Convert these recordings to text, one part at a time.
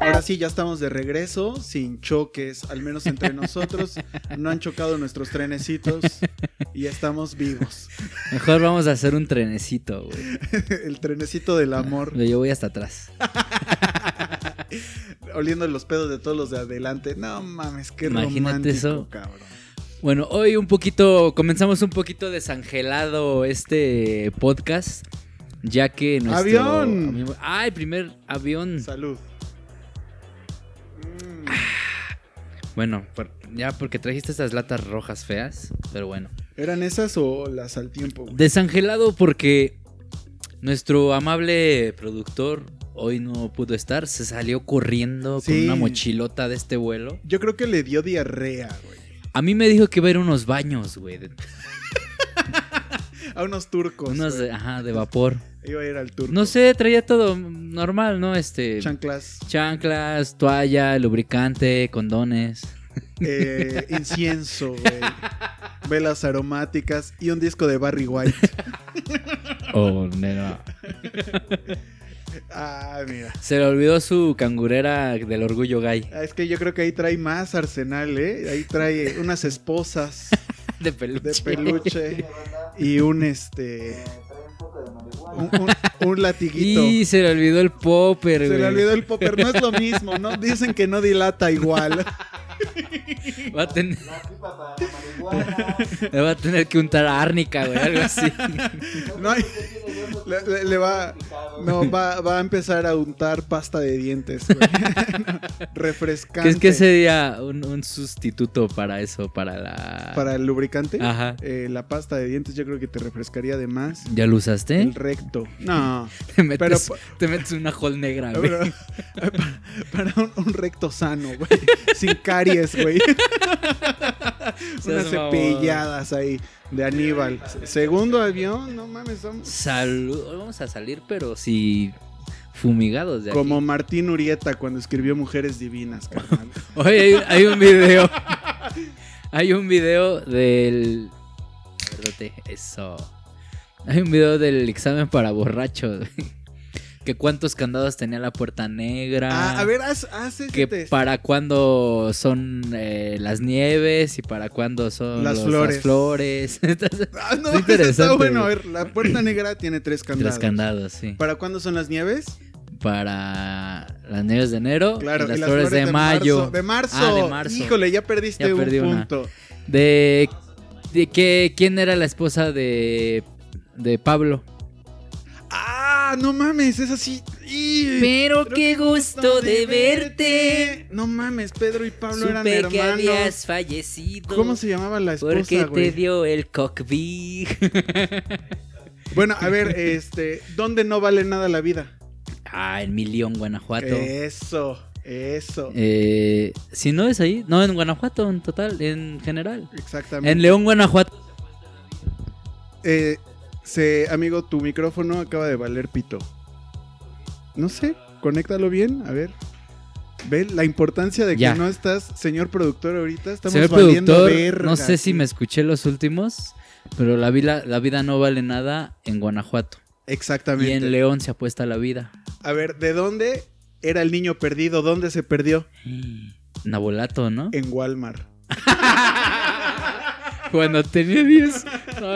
Ahora sí, ya estamos de regreso, sin choques, al menos entre nosotros. No han chocado nuestros trenecitos y estamos vivos. Mejor vamos a hacer un trenecito, güey. El trenecito del amor, Yo voy hasta atrás. oliendo los pedos de todos los de adelante. No mames, qué romántico, Imagínate eso. cabrón. Bueno, hoy un poquito, comenzamos un poquito desangelado este podcast, ya que nuestro... ¡Avión! amigo- ah, el primer avión. Salud. Mm. Bueno, por- ya porque trajiste estas latas rojas feas, pero bueno. ¿Eran esas o las al tiempo? güey? Desangelado porque nuestro amable productor hoy no pudo estar, se salió corriendo con Sí. una mochilota de este vuelo. Yo creo que le dio diarrea, güey. A mí me dijo que iba a ir a unos baños, güey, de- A unos turcos. unos de, güey. ajá, de vapor. Iba a ir al turco. No sé, traía todo normal, ¿no? Este Chanclas, chanclas, toalla, lubricante, condones. eh, incienso, güey. Velas aromáticas y un disco de Barry White. Oh, no. Ah, mira. Se le olvidó su cangurera del orgullo gay Ah, Es que yo creo que ahí trae más arsenal, ¿eh? Ahí trae unas esposas de peluche. de peluche y un este. Un, un- un latiguito. Y se le olvidó el popper, Se güey. le olvidó el popper, no es lo mismo, ¿no? Dicen que no dilata igual. Va a tener, le va a tener que untar árnica, güey, algo así. No hay- le, le- le va, no, va, va a empezar a untar pasta de dientes. güey. Refrescante. ¿Qué es que sería un, un sustituto para eso, para la... Para el lubricante, Ah, Ajá. eh, la pasta de dientes yo creo que te refrescaría de más. ¿Ya lo usaste? El recto. No. Te metes, Pero- te metes una hole negra, güey. Pero- para un, un recto sano, güey. Sin caries, güey. Unas Seas mamón. cepilladas ahí de Aníbal. Segundo avión, no mames, somos- Salud. Vamos a salir, pero sí fumigados de aquí. Como Martín Urieta cuando escribió Mujeres Divinas, carnal. Oye, hay, hay un video. hay un video del. A ver, date, Eso. Hay un video del examen para borrachos. güey. que cuántos candados tenía la puerta negra. Ah, a ver, haz, haz ese Que test. para cuándo son eh, las nieves y para cuándo son Las los- flores. flores. Entonces, Ah, no, Está eso está interesante. bueno. A ver, la puerta negra tiene tres candados. tres candados, sí. ¿Para cuándo son las nieves? Para las nieves de enero Claro, y las, flores, de, mayo. marzo, de marzo. Ah, de marzo. Híjole, ya perdiste Ya un perdí una. punto. De, de que, quién era la esposa de, de Pablo. Ah, no mames, es así. Y... Pero Pero qué gusto de verte. No mames, Pedro y Pablo eran Supe que hermanos. habías fallecido. ¿Cómo se llamaba la esposa, Porque te güey? dio el cockbee. Bueno, a ver, este, ¿dónde no vale nada la vida? ah, en Milión, Guanajuato. Eh. Eso, eso. Eh, si no es ahí, no, en Guanajuato en total, en general. Exactamente. En León, Guanajuato. Eh, se, amigo, tu micrófono acaba de valer pito. No sé, conéctalo bien, a ver. Ve la importancia de que Ya. no estás, señor productor, ahorita estamos Señor valiendo productor, verga no sé si aquí. me escuché los últimos, pero la vida, la vida no vale nada en Guanajuato. Y Exactamente. en León se apuesta la vida. A ver, ¿de dónde era el niño perdido? ¿Dónde se perdió? Nabolato, ¿no? En Walmart. Cuando tenía 10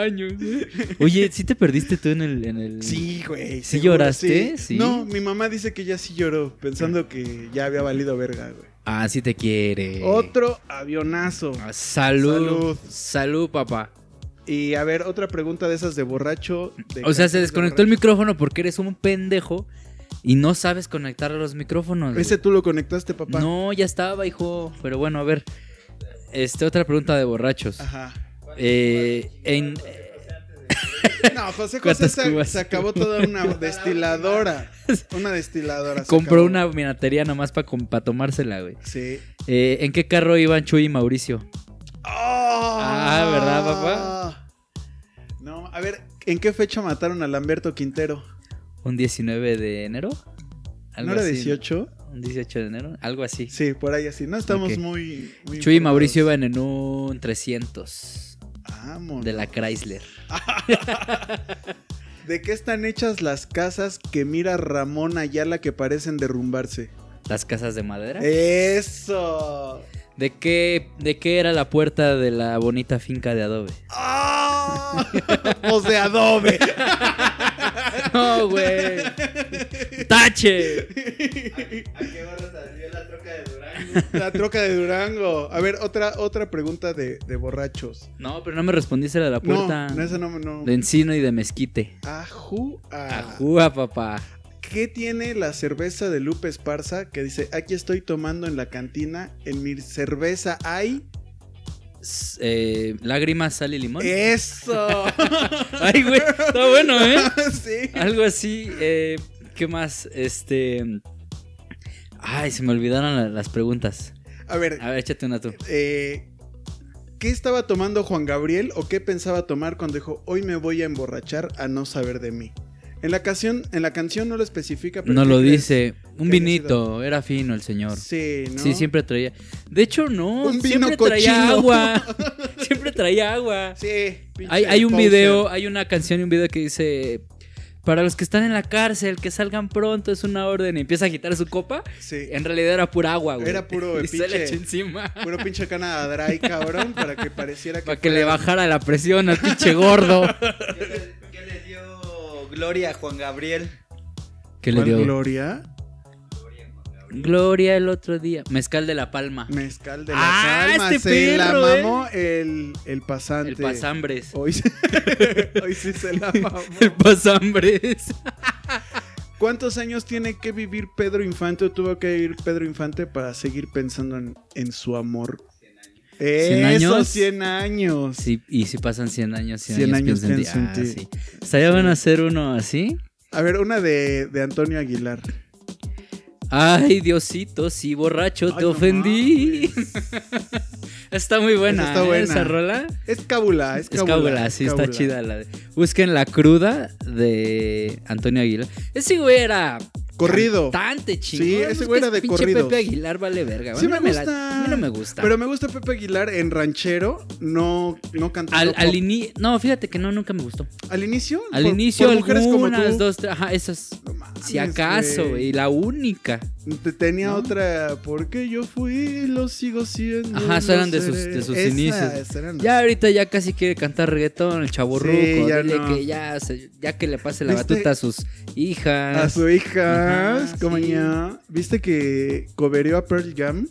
años. ¿eh? Oye, ¿sí te perdiste tú en el...? En el... Sí, güey. Mm. ¿Sí seguro, lloraste? Sí. No, mi mamá dice que ya sí lloró, pensando que ya había valido verga, güey. Ah, sí te quiere. Otro avionazo. Ah, Salud. Salud. Salud, papá. Y a ver, otra pregunta de esas de borracho. de O sea, canciones se de desconectó el borracho. micrófono porque eres un pendejo y no sabes conectar los micrófonos. güey. Ese tú lo conectaste, papá. No, ya estaba, hijo. Pero bueno, a ver. Este, otra pregunta de borrachos. Ajá. Eh, en, No, José José ¿Cuántas se, cubas? se acabó toda una destiladora. Una destiladora. se compró acabó. una minatería nomás para tomársela, güey. Sí. Eh, ¿En qué carro iban Chuy y Mauricio? Ah, ¿verdad, papá? No, a ver, ¿en qué fecha mataron a Lamberto Quintero? ¿Un 19 de enero? ¿No era así, 18? ¿Un 18 de enero? Algo así. Sí, por ahí así. No estamos Ok. muy, muy. Chuy y Mauricio informados. iban en un 300 Vámonos. de la Chrysler. ¿De qué están hechas las casas que mira Ramón Ayala que parecen derrumbarse? ¿Las casas de madera? Eh. ¡Eso! ¿De qué, ¿De qué era la puerta de la bonita finca de adobe? ¡Ah! Los de adobe. ¡No, güey! ¡Tache! ¿A qué hora salió la troca de Durango? La troca de Durango. A ver, otra, otra pregunta de, de borrachos. No, pero no me respondiste la de la puerta. No, no, esa no. no. De encino y de mezquite. Ajú, ah. Ajúa, papá. ¿Qué tiene la cerveza de Lupe Esparza que dice, aquí estoy tomando en la cantina, en mi cerveza hay... S- eh, lágrimas, sal y limón. Eh. ¡Eso! Ay, güey, está bueno, ¿eh? sí. Algo así. eh, ¿Qué más? Este. Ay, se me olvidaron la- las preguntas. A ver, A ver, échate una tú. eh, ¿qué estaba tomando Juan Gabriel o qué pensaba tomar cuando dijo, hoy me voy a emborrachar a no saber de mí? En la canción, en la canción no lo especifica, pero... No ¿qué lo crees? dice. Un ¿Qué vinito, era fino el señor. Sí, ¿no? Sí, siempre traía. De hecho, no. Un vino siempre traía cochino. agua. siempre traía agua. Sí, pinche Hay, hay un poser. video, hay una canción y un video que dice. Para los que están en la cárcel, que salgan pronto, es una orden. Y empieza a agitar su copa. Sí. En realidad era pura agua, güey. Era puro, Y se le pinche- echó encima. Puro pinche cana dry, cabrón, para que pareciera que. Para que le fuera- bajara la presión al pinche gordo. ¿Qué le, qué le dio gloria a Juan Gabriel? ¿Qué le dio? ¿Cuál Gloria, Gloria el otro día. Mezcal de la Palma. mezcal de las Ah, almas. este se perro, la ¿eh? mamó el, el pasante. El pasambres. Hoy, se- hoy sí se la mamó. El pasambres. ¿Cuántos años tiene que vivir Pedro Infante o tuvo que vivir Pedro Infante para seguir pensando en, en su amor? ¿Cien Esos años? 100 años. Sí, y si pasan 100 años, 100, 100 años, años pienso en ti. pienso en Ah, sí. Estaría bueno hacer uno así. A ver, una de, de Antonio Aguilar. Ay, Diosito, sí, borracho, Ay, te no ofendí. mames. Está muy buena, Esa está ¿eh? buena. esa rola. Es cábula, es Es cábula. cábula, sí, está cábula. chida la de- Busquen La Cruda de Antonio Aguilar. Ese güey era Corrido. bastante chido. Sí, ese güey era de pinche corridos. Pepe Aguilar vale verga. Sí a mí me no la- gusta. a mí no me gusta. Pero me gusta Pepe Aguilar en ranchero, no, no cantando. al, al pop. ini- No, fíjate que no, nunca me gustó. ¿Al inicio? Al Por- inicio, por mujeres como algunas, tú. dos, tres. Ajá, esas. No mames, Si acaso, güey. La única. Te- Tenía ¿No? otra, porque yo fui, lo sigo siendo. Ajá, eso lo eran de sus- seré. de sus Esa, inicios. esa eran- Ya ahorita ya casi quiere cantar reggaetón, el chavo Sí, ruco. ya dile no. que ya, se- ya que le pase la ¿Viste? batuta a sus hijas. A su hija, Ajá, como sí. ya. ¿Viste que cobereó a Pearl Jam?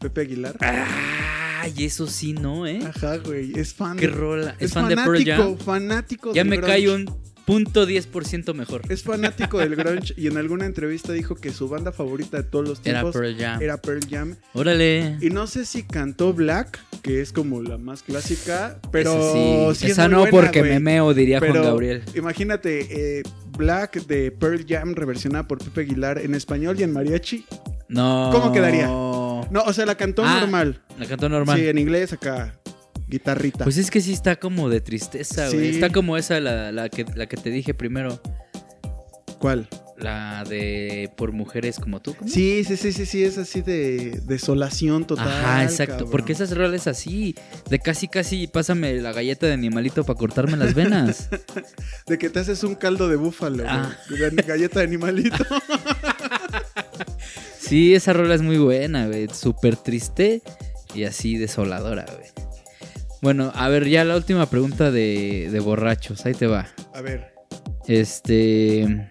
Pepe Aguilar. Ay, eso ¿Ah, sí, no, ¿eh? Ajá, güey, es fan. Qué rola. Es, Es, fan fanático, de Pearl Jam. fanático Ya del me grunge. cae un punto 10% mejor. Es fanático del grunge y en alguna entrevista dijo que su banda favorita de todos los Era tiempos Pearl Jam. pues, era Pearl Jam. Órale. Y no sé si cantó Black, que es como la más clásica, pero Esa sí, es Esa muy no, buena, porque güey. me meo, diría Pero Juan Gabriel. Imagínate eh, Black de Pearl Jam reversionada por Pepe Aguilar en español y en mariachi. No. ¿Cómo quedaría? No, o sea, la cantó Ah, normal. La cantó normal. Sí, en inglés acá guitarrita. Pues es que sí está como de tristeza, güey. Sí. Está como esa, la, la que, la que te dije primero. ¿Cuál? La de por mujeres como tú. ¿cómo? Sí, sí, sí, sí, sí, es así de desolación total. Ajá, exacto. cabrón. Porque esas rolas así, de casi casi pásame la galleta de animalito para cortarme las venas. De que te haces un caldo de búfalo, Ah. güey, de galleta de animalito. sí, esa rola es muy buena, güey. Súper triste y así desoladora, güey. Bueno, a ver, ya la última pregunta de, de borrachos. Ahí te va. A ver, Este.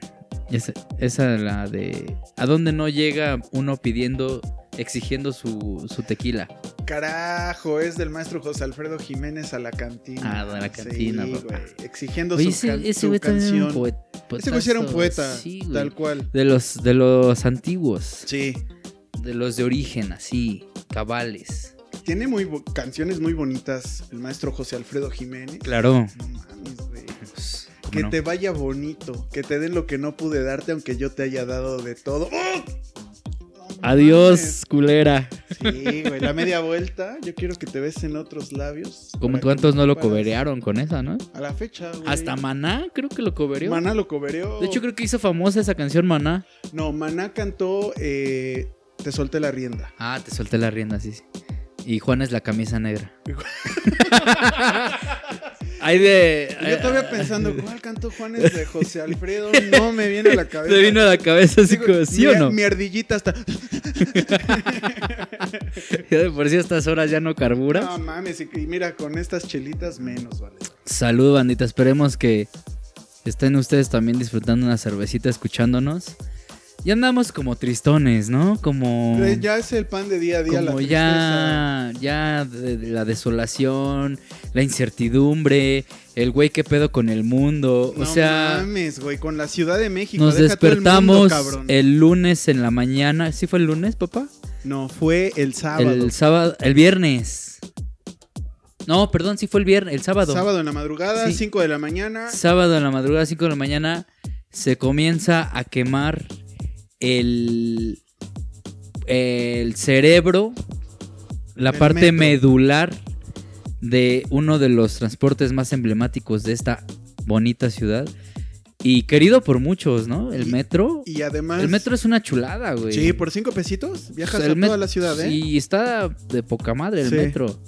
Esa, esa la de. ¿A dónde no llega uno pidiendo, exigiendo su, su tequila? carajo, es del maestro José Alfredo Jiménez a la cantina. Ah, de la cantina, Sí, papá. güey, Exigiendo Oye, su, ese, can- ese su güey también era canción. un poe- ese güey sí era un poetazo, poeta, sí, güey. tal cual. De los, de los antiguos. Sí. De los de origen, así. Cabales. Tiene muy bo- canciones muy bonitas el maestro José Alfredo Jiménez. Claro. No mames, güey. Pues, ¿cómo Que no? te vaya bonito, que te den lo que no pude darte aunque yo te haya dado de todo. ¡Oh! No Adiós, culera. mames. Sí, güey, la media vuelta. Yo quiero que te besen otros labios. Como para que cuántos no lo puedas- coberearon con esa, ¿no? A la fecha, güey. Hasta Maná, creo que lo cobereó. Maná lo cobereó. De hecho, creo que hizo famosa esa canción Maná. No, Maná cantó eh, Te solté la rienda. Ah, te solté la rienda, sí, sí. Y Juan es la camisa negra. Hay de. Y Yo todavía ah. pensando, ¿cuál cantó Juanes de José Alfredo? No me viene a la cabeza. Te vino a la cabeza así Digo, como, ¿sí o mi- no? Mi ardillita hasta. Ya de por sí a estas horas ya no carburas. No mames, y y mira, con estas chelitas menos, vale. Salud, bandita. Esperemos que estén ustedes también disfrutando una cervecita, escuchándonos. Ya andamos como tristones, ¿no? Como. Eh, Ya es el pan de día a día la como tristeza. ya, ya de- de la desolación, la incertidumbre, el güey que pedo con el mundo. No o sea, mames, güey, con la Ciudad de México. nos deja todo el mundo, despertamos cabrón. el, lunes en la mañana. ¿Sí fue el lunes, papá? No, fue el sábado. El sábado, el viernes. No, perdón, sí fue el viernes, el sábado. Sábado en la madrugada, Sí. 5 de la mañana. Sábado en la madrugada, 5 de la mañana, se comienza a quemar el, el cerebro, la El parte metro. medular de uno de los transportes más emblemáticos de esta bonita ciudad. Y querido por muchos, ¿no? El Y- metro. Y además. El metro es una chulada, güey. Sí, por cinco pesitos viajas O sea, el a toda met- la ciudad, ¿eh? Y está de poca madre el Sí. metro.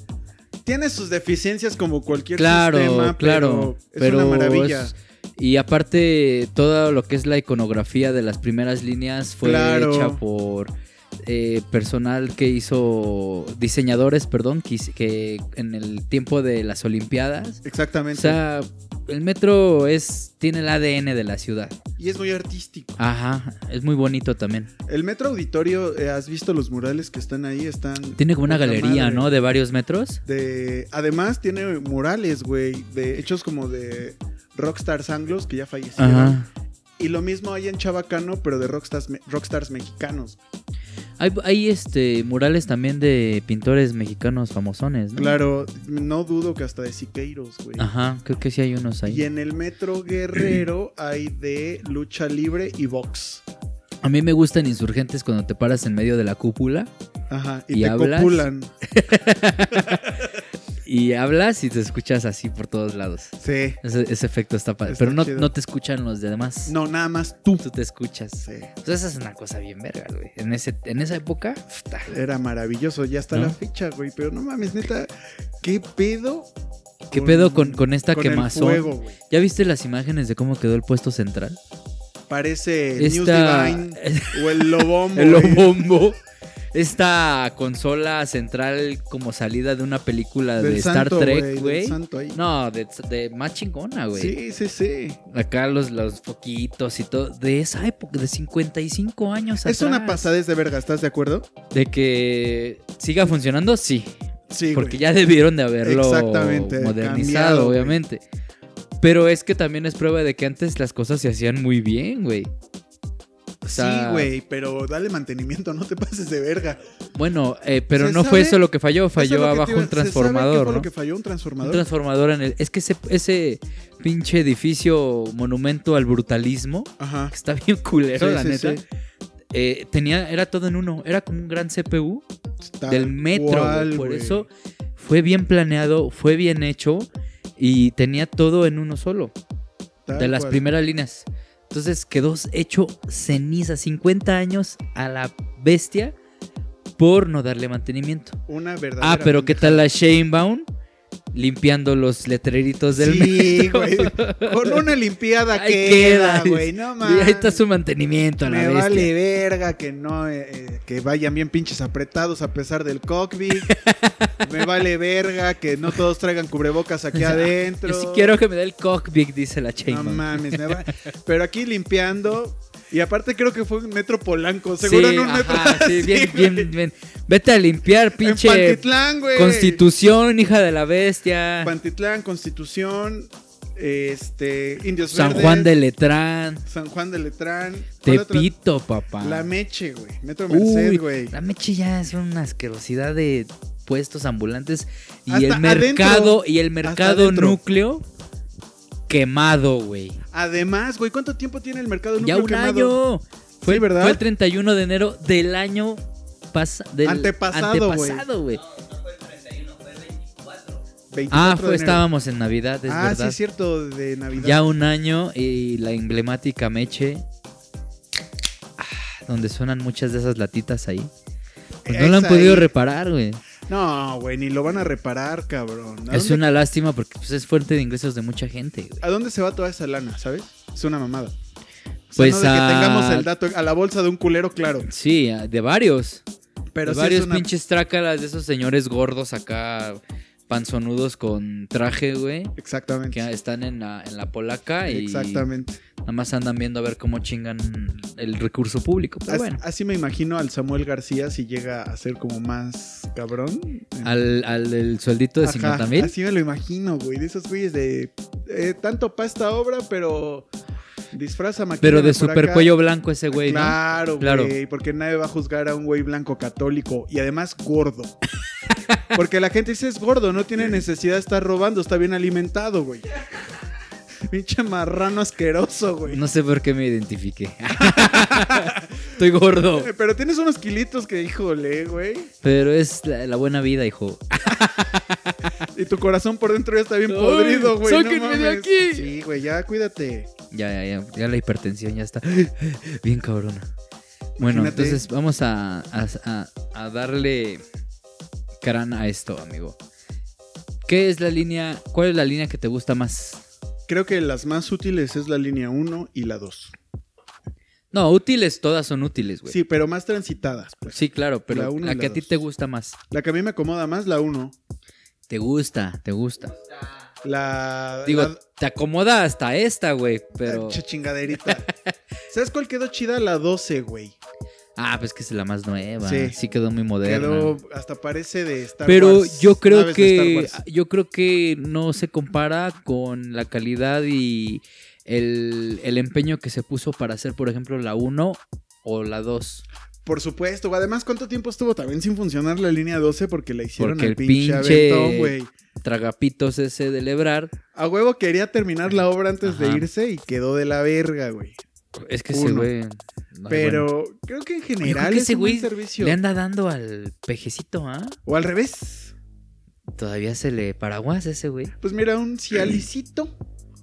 Tiene sus deficiencias como cualquier Claro, sistema, claro. pero es pero una maravilla. es- y aparte, todo lo que es la iconografía de las primeras líneas fue Claro. hecha por eh, personal que hizo. diseñadores, perdón, que, hice- que en el tiempo de las Olimpiadas. O Exactamente. sea, el metro es. tiene el ADN de la ciudad. y es muy artístico. Ajá. Es muy bonito también. El metro auditorio, eh, ¿has visto los murales que están ahí? Están. Tiene como una Poca galería, madre. ¿no? De varios metros. De, además tiene murales, güey, de hechos como de rockstars anglos que ya fallecieron. Ajá. Y lo mismo hay en Chabacano, pero de rockstars, me- rockstars mexicanos. Hay, hay, este murales también de pintores mexicanos famosones, ¿no? Claro, no dudo que hasta de Siqueiros, güey. Ajá, creo que sí hay unos ahí. Y en el Metro Guerrero hay de lucha libre y box. A mí me gustan insurgentes cuando te paras en medio de la cúpula Ajá, ¿Y y, te hablas? copulan. y hablas y te escuchas así por todos lados. Sí. Ese, ese efecto está padre. Está Pero no, chido. no te escuchan los demás. No, nada más tú. Tú te escuchas. Sí. Entonces esa es una cosa bien verga, güey. En, ese, en esa época... puta. Era maravilloso, ya está ¿No? la fecha, güey. Pero no mames, neta, ¿qué pedo? ¿Qué pedo con, con esta con el quemazón? fuego, güey? ¿Ya viste las imágenes de cómo quedó el puesto central? Parece Esta- News Divine o el Lobombo. El güey. Lobombo. Esta consola central como salida de una película Del de Star santo, Trek, del güey. santo ahí. No, de, de más chingona, güey. sí, sí, sí. Acá los, los foquitos y todo. De esa época, de 55 años atrás. Es una pasadez de verga, ¿estás de acuerdo? De que siga funcionando, sí. Sí, porque güey. ya debieron de haberlo Exactamente, modernizado, cambiado, güey. obviamente. Pero es que también es prueba de que antes las cosas se hacían muy bien, güey. o sea- Sí, güey, pero dale mantenimiento, no te pases de verga. Bueno, eh, pero ¿Se no fue sabe? eso lo que Eso falló. es Falló lo que abajo te iba- ¿Se sabe un qué transformador, fue ¿no? lo que falló un Un transformador? transformador en el... Es que ese, ese pinche edificio monumento al brutalismo... Ajá. que Está bien culero, Sí, la sí, neta. sí. eh, tenía, era todo en uno, era como un gran CPU Tal del metro. güey. cual, por güey. eso fue bien planeado, fue bien hecho y tenía todo en uno solo, Tal de las cual. primeras líneas. Entonces quedó hecho ceniza, 50 años a la bestia por no darle mantenimiento. Una verdadera. Ah, pero ¿qué tal la Shanebaum? Limpiando los letreritos pues del Sí, metro. güey. Con una limpiada Ahí queda, queda, güey. No Y mames. ahí está su mantenimiento a la Me bestia. vale verga que no eh, eh, que vayan bien pinches apretados a pesar del cockpit. me vale verga que no todos traigan cubrebocas ah, aquí adentro. Yo sí quiero que me dé el cockpit, dice la No Chainman. mames, me va- Pero aquí limpiando. Y aparte creo que fue un metro polanco. Seguro en un metro. ajá, sí, así, bien, güey. bien, bien. Vete a limpiar, En pinche Pantitlán, güey. Constitución, hija de la bestia. Pantitlán, Constitución, este, Indios San Verdes, Juan de Letrán, San Juan de Letrán, ¿cuál otra? Tepito, papá. La Meche, güey, Metro Uy, Merced, güey. La meche ya es una asquerosidad de puestos ambulantes y Hasta el mercado adentro, y el mercado adentro. núcleo quemado, güey. Además, güey, ¿cuánto tiempo tiene el mercado Ya núcleo un quemado? año. Fue, Sí, ¿verdad? fue el 31 de enero del año pasa- del Antepasado, güey. antepasado, güey. Ah, 24 de fue, enero. estábamos en Navidad, es ah, sí, verdad. es cierto, de Navidad. ya un año y la emblemática Meche, ah, donde suenan muchas de esas latitas ahí. Pues no la han Esa ahí. podido reparar, güey. No, güey, ni lo van a reparar, cabrón. ¿A Es dónde- Ah. una lástima porque pues, es fuente de ingresos de mucha gente, güey. ¿A dónde se va toda esa lana, sabes? Es una mamada. O sea, Pues no de a- que tengamos el dato a la bolsa de un culero, claro. Sí, a- de varios. Pero sí de Pues varios es una... pinches trácalas de esos señores gordos acá, panzonudos con traje, güey. Exactamente. Que están en la, en la polaca y Exactamente. nada más andan viendo a ver cómo chingan el recurso público. Pero As- bueno, Así me imagino al Samuel García si llega a ser como más cabrón. al, al del sueldito de Ajá, 50 mil. Así me lo imagino, güey. De esos güeyes de. eh, tanto pa' esta obra, pero. Disfraza maquilla. Pero de super cuello blanco ese Pues güey, ¿no? Claro, Claro. güey. Porque nadie va a juzgar a un güey blanco católico y además gordo. Porque la gente dice es gordo, no tiene necesidad de estar robando, está bien alimentado, güey. Pinche marrano asqueroso, güey. No sé por qué me identifiqué. Estoy gordo. Eh, Pero tienes unos kilitos que, híjole, güey. Pero es la, la buena vida, hijo. Y tu corazón por dentro ya está bien Ay, podrido, güey. no sáquenme de mames. aquí. Sí, güey, ya cuídate. Ya, ya, ya. Ya la hipertensión ya está. Bien cabrona. Bueno, Imagínate. entonces vamos a, a- a- a darle crán a esto, amigo. ¿Qué es la línea? ¿Cuál es la línea que te gusta más? Creo que las más útiles es la línea 1 y la 2. No, útiles, todas son útiles, güey. Sí, Sí, pero más transitadas. Pues. claro, pero La la, uno y la que a ti dos. te gusta más. La que a mí me acomoda más, la 1. Te gusta, te gusta. La. Digo, la- Ah, te acomoda hasta esta, güey, pero... Ch- chingaderita. ¿Sabes cuál quedó chida? La 12, güey. Ah, pues que es la más nueva. Sí. Sí, quedó muy moderna. Quedó. Hasta parece de Star Pero Wars. yo creo Naves de Star que Wars. yo creo que no se compara con la calidad y el, el empeño que se puso para hacer, por ejemplo, la 1 o la 2. Por supuesto, güey. Además, ¿cuánto tiempo estuvo también sin funcionar la línea 12? Porque la hicieron Porque al el pinche, pinche- aventón, güey. Tragapitos ese de Lebrar. A huevo quería terminar la obra antes de Ajá. irse y quedó de la verga, güey. Es que ese Uno. güey. no, Pero bueno. creo que en Yo creo general que es ese un buen güey servicio. le anda dando al pejecito, ¿ah? O al revés. Todavía se le paraguas a ese güey. Pues mira, un cialicito.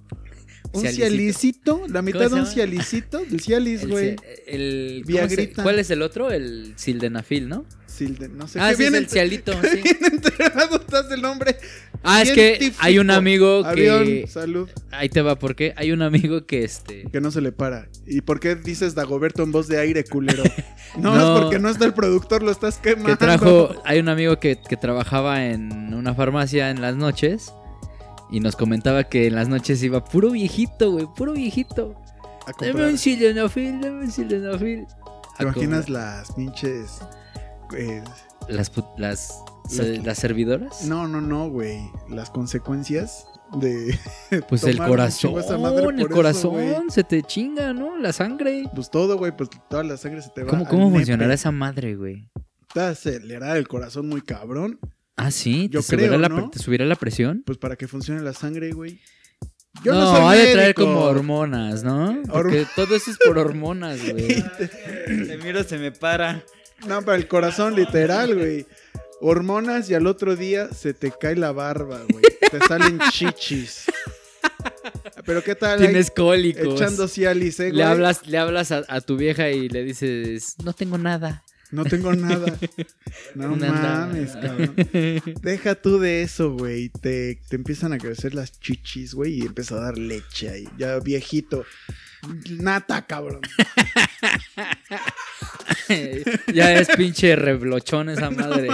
Un Cialicito. cialicito, la mitad de se un llama? cialicito, el cialis, El- güey. el- ¿cómo se- Viagrita. ¿Cuál es el otro? El sildenafil, ¿no? Silde- no sé ah, qué ese es bien, el cialito. ent- sí. bien enterado estás del nombre. Ah, es que Científico. hay un amigo que. Avión, salud, Ahí te va, porque hay un amigo que este. que no se le para. ¿Y por qué dices Dagoberto en voz de aire, culero? No, No. es porque no está el productor, lo estás quemando. Que trajo. Hay un amigo que, que trabajaba en una farmacia en las noches. Y nos comentaba que en las noches iba puro viejito, güey, puro viejito. A comprar. Dame un sildenafil, dame un sildenafil. ¿Te A imaginas comprar. las pinches eh, las, put- las, se- Las- las, servidoras? No, no, no, güey. Las consecuencias de. Pues el tomar un corazón, chingo esa madre por el eso, corazón güey. se te chinga, ¿no? La sangre. pues todo, güey. Pues toda la sangre se te va. ¿Cómo, al cómo nepe. funcionará esa madre, güey? Te acelera el corazón muy cabrón. Ah, sí, te, Yo subirá creo, la, ¿no? ¿te subirá la presión. Pues para que funcione la sangre, güey. no, soy ha de traer médico. como hormonas, ¿no? Porque todo eso es por hormonas, güey. Te miro, se me para. No, para el corazón, literal, güey. Hormonas y al otro día se te cae la barba, güey. Te salen chichis. Pero qué tal ahí Tienes cólicos. echando cialis, eh, güey. le hablas, le hablas a, a tu vieja y le dices, no tengo nada. No tengo nada. No Una nada. mames, cabrón. Deja tú de eso, güey. Te, te empiezan a crecer las chichis, güey, y empieza a dar leche ahí. Ya viejito. Nata, cabrón. ya es pinche reblochón esa madre.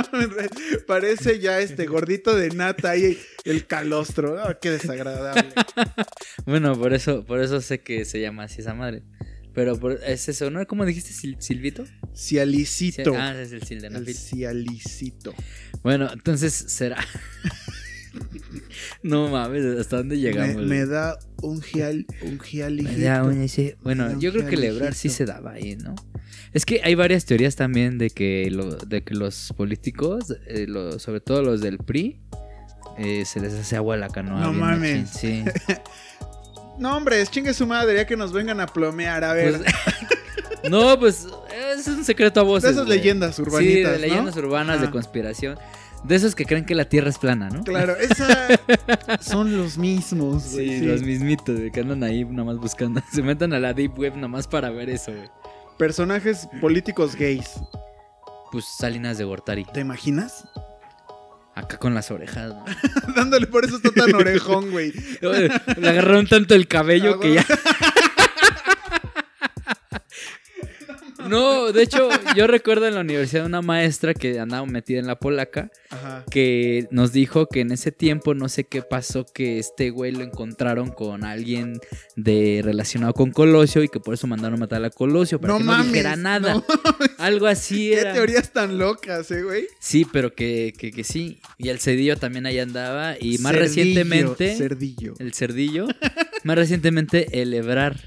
Parece ya este gordito de nata ahí, el calostro. Ah, qué desagradable. Bueno, por eso, por eso sé que se llama así esa madre. Pero por- es eso, ¿no? ¿Cómo dijiste Sil- silvito? Sí, Cialicito. Ah, es el El sildenafil. cialicito. Bueno, entonces será. no mames, ¿hasta dónde Me, llegamos? me da un gial, un Me gialijito. da un ese- Me da Bueno, un yo creo que Lebrar sí se daba ahí, ¿no? Es que hay varias teorías también de que, lo- de que los políticos, eh, lo- sobre todo los del PRI, eh, se les hace agua a la canoa. No bien mames. machín, Sí. No, hombre, es chingue su madre, ya que nos vengan a plomear. A ver, Pues- no, pues es un secreto a voces. de esas güey. leyendas urbanitas. eh, Sí, de ¿no? leyendas urbanas, de Ah. conspiración. De esos que creen que la Tierra es plana, ¿no? Claro, esa son los mismos, Sí, güey. sí. los mismitos, de que andan ahí nomás buscando. Se metan a la Deep Web nomás para ver eso, güey. Personajes políticos gays. Pues Salinas de Gortari. ¿Te imaginas? acá con las orejas. ¿no? Dándole por eso está tan orejón, güey. eh, Le agarraron tanto el cabello Ah, que ya. No, de hecho, yo recuerdo en la universidad una maestra que andaba metida en la polaca Ajá. que nos dijo que en ese tiempo no sé qué pasó que este güey lo encontraron con alguien de relacionado con Colosio y que por eso mandaron matar a Colosio para No que no mames. dijera nada. no. Algo así ¿Qué era. teorías tan locas, eh, güey? Sí, pero que, que, que sí. Y el Cedillo también ahí andaba. Y más Cerdillo, recientemente, Cerdillo. el Cerdillo. más recientemente, el Ebrar.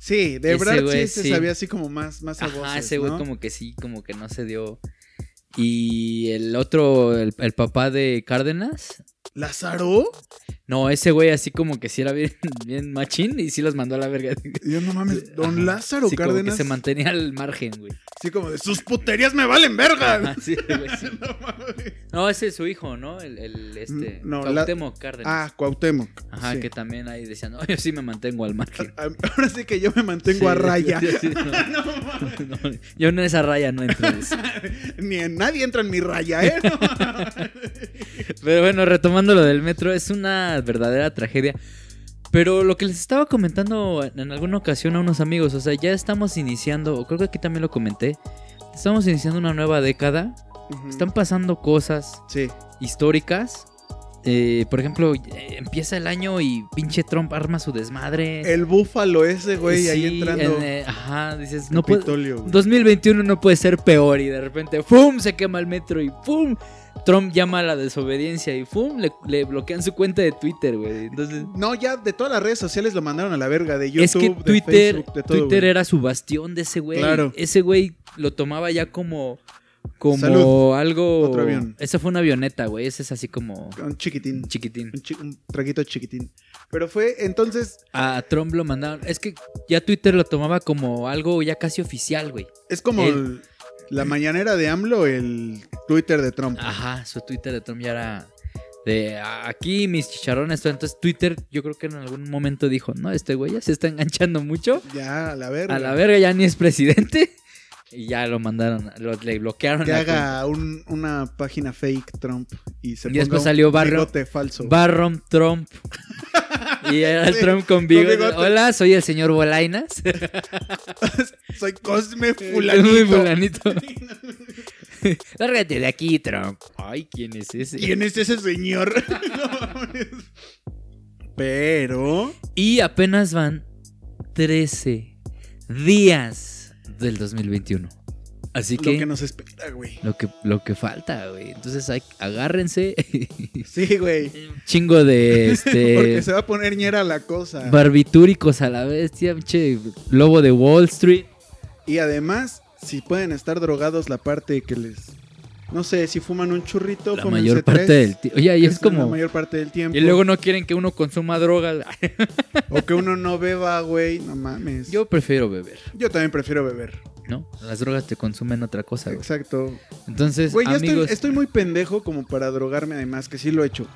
Sí, de ese verdad sí güey, se sí. sabía así como más, más a Ajá, voces, ese güey ¿no? como que sí, como que no se dio. Y el otro, el, el papá de Cárdenas. ¿Lázaro? No, ese güey así como que sí era bien, bien machín y sí los mandó a la verga. Dios, no mames, don Eh, Ajá. Lázaro Sí, como que Cárdenas. se mantenía al margen, güey. Sí, como de sus puterías me valen verga. Ajá, sí, güey, sí. No mames. No, ese es su hijo, ¿no? El, el, este, Mm, No, la- Cuauhtémoc Cárdenas. Ah, Cuauhtémoc. Ajá, sí. que también ahí decían, no, yo sí me mantengo al margen. A- Ahora sí que yo me mantengo a Sí, raya. sí, sí, no. No mames. No, yo en esa raya no entro. dice. Ni en- nadie entra en mi raya, ¿eh? No mames. Pero bueno, retomando lo del metro, es una verdadera tragedia. Pero lo que les estaba comentando en alguna ocasión a unos amigos, o sea, ya estamos iniciando, o creo que aquí también lo comenté, estamos iniciando una nueva década, Ujú. están Eh. pasando cosas Sí. históricas. eh, por ejemplo, eh, empieza el año y pinche Trump arma su desmadre. El búfalo ese, Eh, güey, ahí Sí, entrando. en, eh, ajá, dices, no no puedo. Capitolio, güey. 2021 no puede ser peor y de repente ¡fum! se quema el metro y ¡fum! Trump llama a la desobediencia y ¡fum! le, le bloquean su cuenta de Twitter, güey. Entonces, No, ya de todas las redes sociales lo mandaron a la verga, de YouTube, es que de Twitter, Facebook, de todo. Twitter güey. era su bastión de ese güey. Claro. Ese güey lo tomaba ya como, como Salud. algo... Otro avión. Esa fue una avioneta, güey. Ese es así como Un chiquitín. chiquitín. Un, chi- un traguito chiquitín. Pero fue entonces, A Trump lo mandaron. Es que ya Twitter lo tomaba como algo ya casi oficial, güey. es como El- el- la mañanera de AMLO, el Twitter de Trump. Ajá, su Twitter de Trump ya era de "A- aquí mis chicharrones. todo". Entonces Twitter yo creo que en algún momento dijo, no, este güey ya se está enganchando mucho. Ya, a la verga. A la verga ya ni es presidente. Y ya lo mandaron, lo- le bloquearon. Que la haga un- una página fake Trump y se Y ponga después un salió Barrio- bigote falso. cuenta. Barron Trump. Y era el Sí, Trump con con bigote. bigote. Hola, soy el señor Bolainas. Soy Cosme Muy Fulanito. fulanito. Lárgate de aquí, Trump. Ay, ¿quién es ese? ¿Quién es ese señor? No mames. Pero Y apenas van 13 días del 2021. Así lo que que nos espera, güey. lo que, lo que falta, güey. Entonces hay- agárrense. Sí, güey. Chingo de Porque este se va a poner ñera la cosa. barbitúricos a la bestia, pinche lobo de Wall Street. Y además, si pueden estar drogados la parte que les... No sé, si fuman un churrito, La fúmense mayor tres, parte del tiempo. Oye, ahí que es son La como. mayor parte del tiempo. Y luego no quieren que uno consuma droga. O que uno no beba, güey. No mames. Yo prefiero beber, Yo también prefiero beber. ¿no? Las drogas te consumen otra cosa, güey. Exacto. Entonces, Güey, yo estoy- Pues, amigos. estoy, muy pendejo como para drogarme, además, que sí lo he hecho.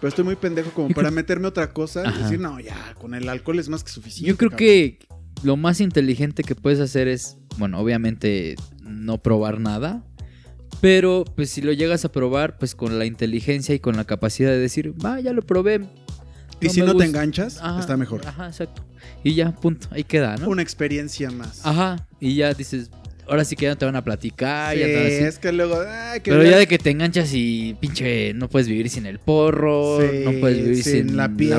Pero estoy muy pendejo como para meterme otra cosa y Ajá. decir, no, ya, con el alcohol es más que suficiente. Yo creo cabrón". que lo más inteligente que puedes hacer es, bueno, obviamente no probar nada, pero pues si lo llegas a probar, pues con la inteligencia y con la capacidad de decir, va, ya lo probé. Y si me no te gusta". enganchas, Ajá, está mejor. Ajá, exacto. Y ya, punto, ahí queda, ¿no? Una experiencia más. Ajá, y ya dices, ahora sí que ya no te van a platicar, Sí, ya te van a decir- es que luego, ay, que Pero la- ya de que te enganchas y pinche, no puedes vivir sin el porro, sí, no puedes vivir sin, la, piedra,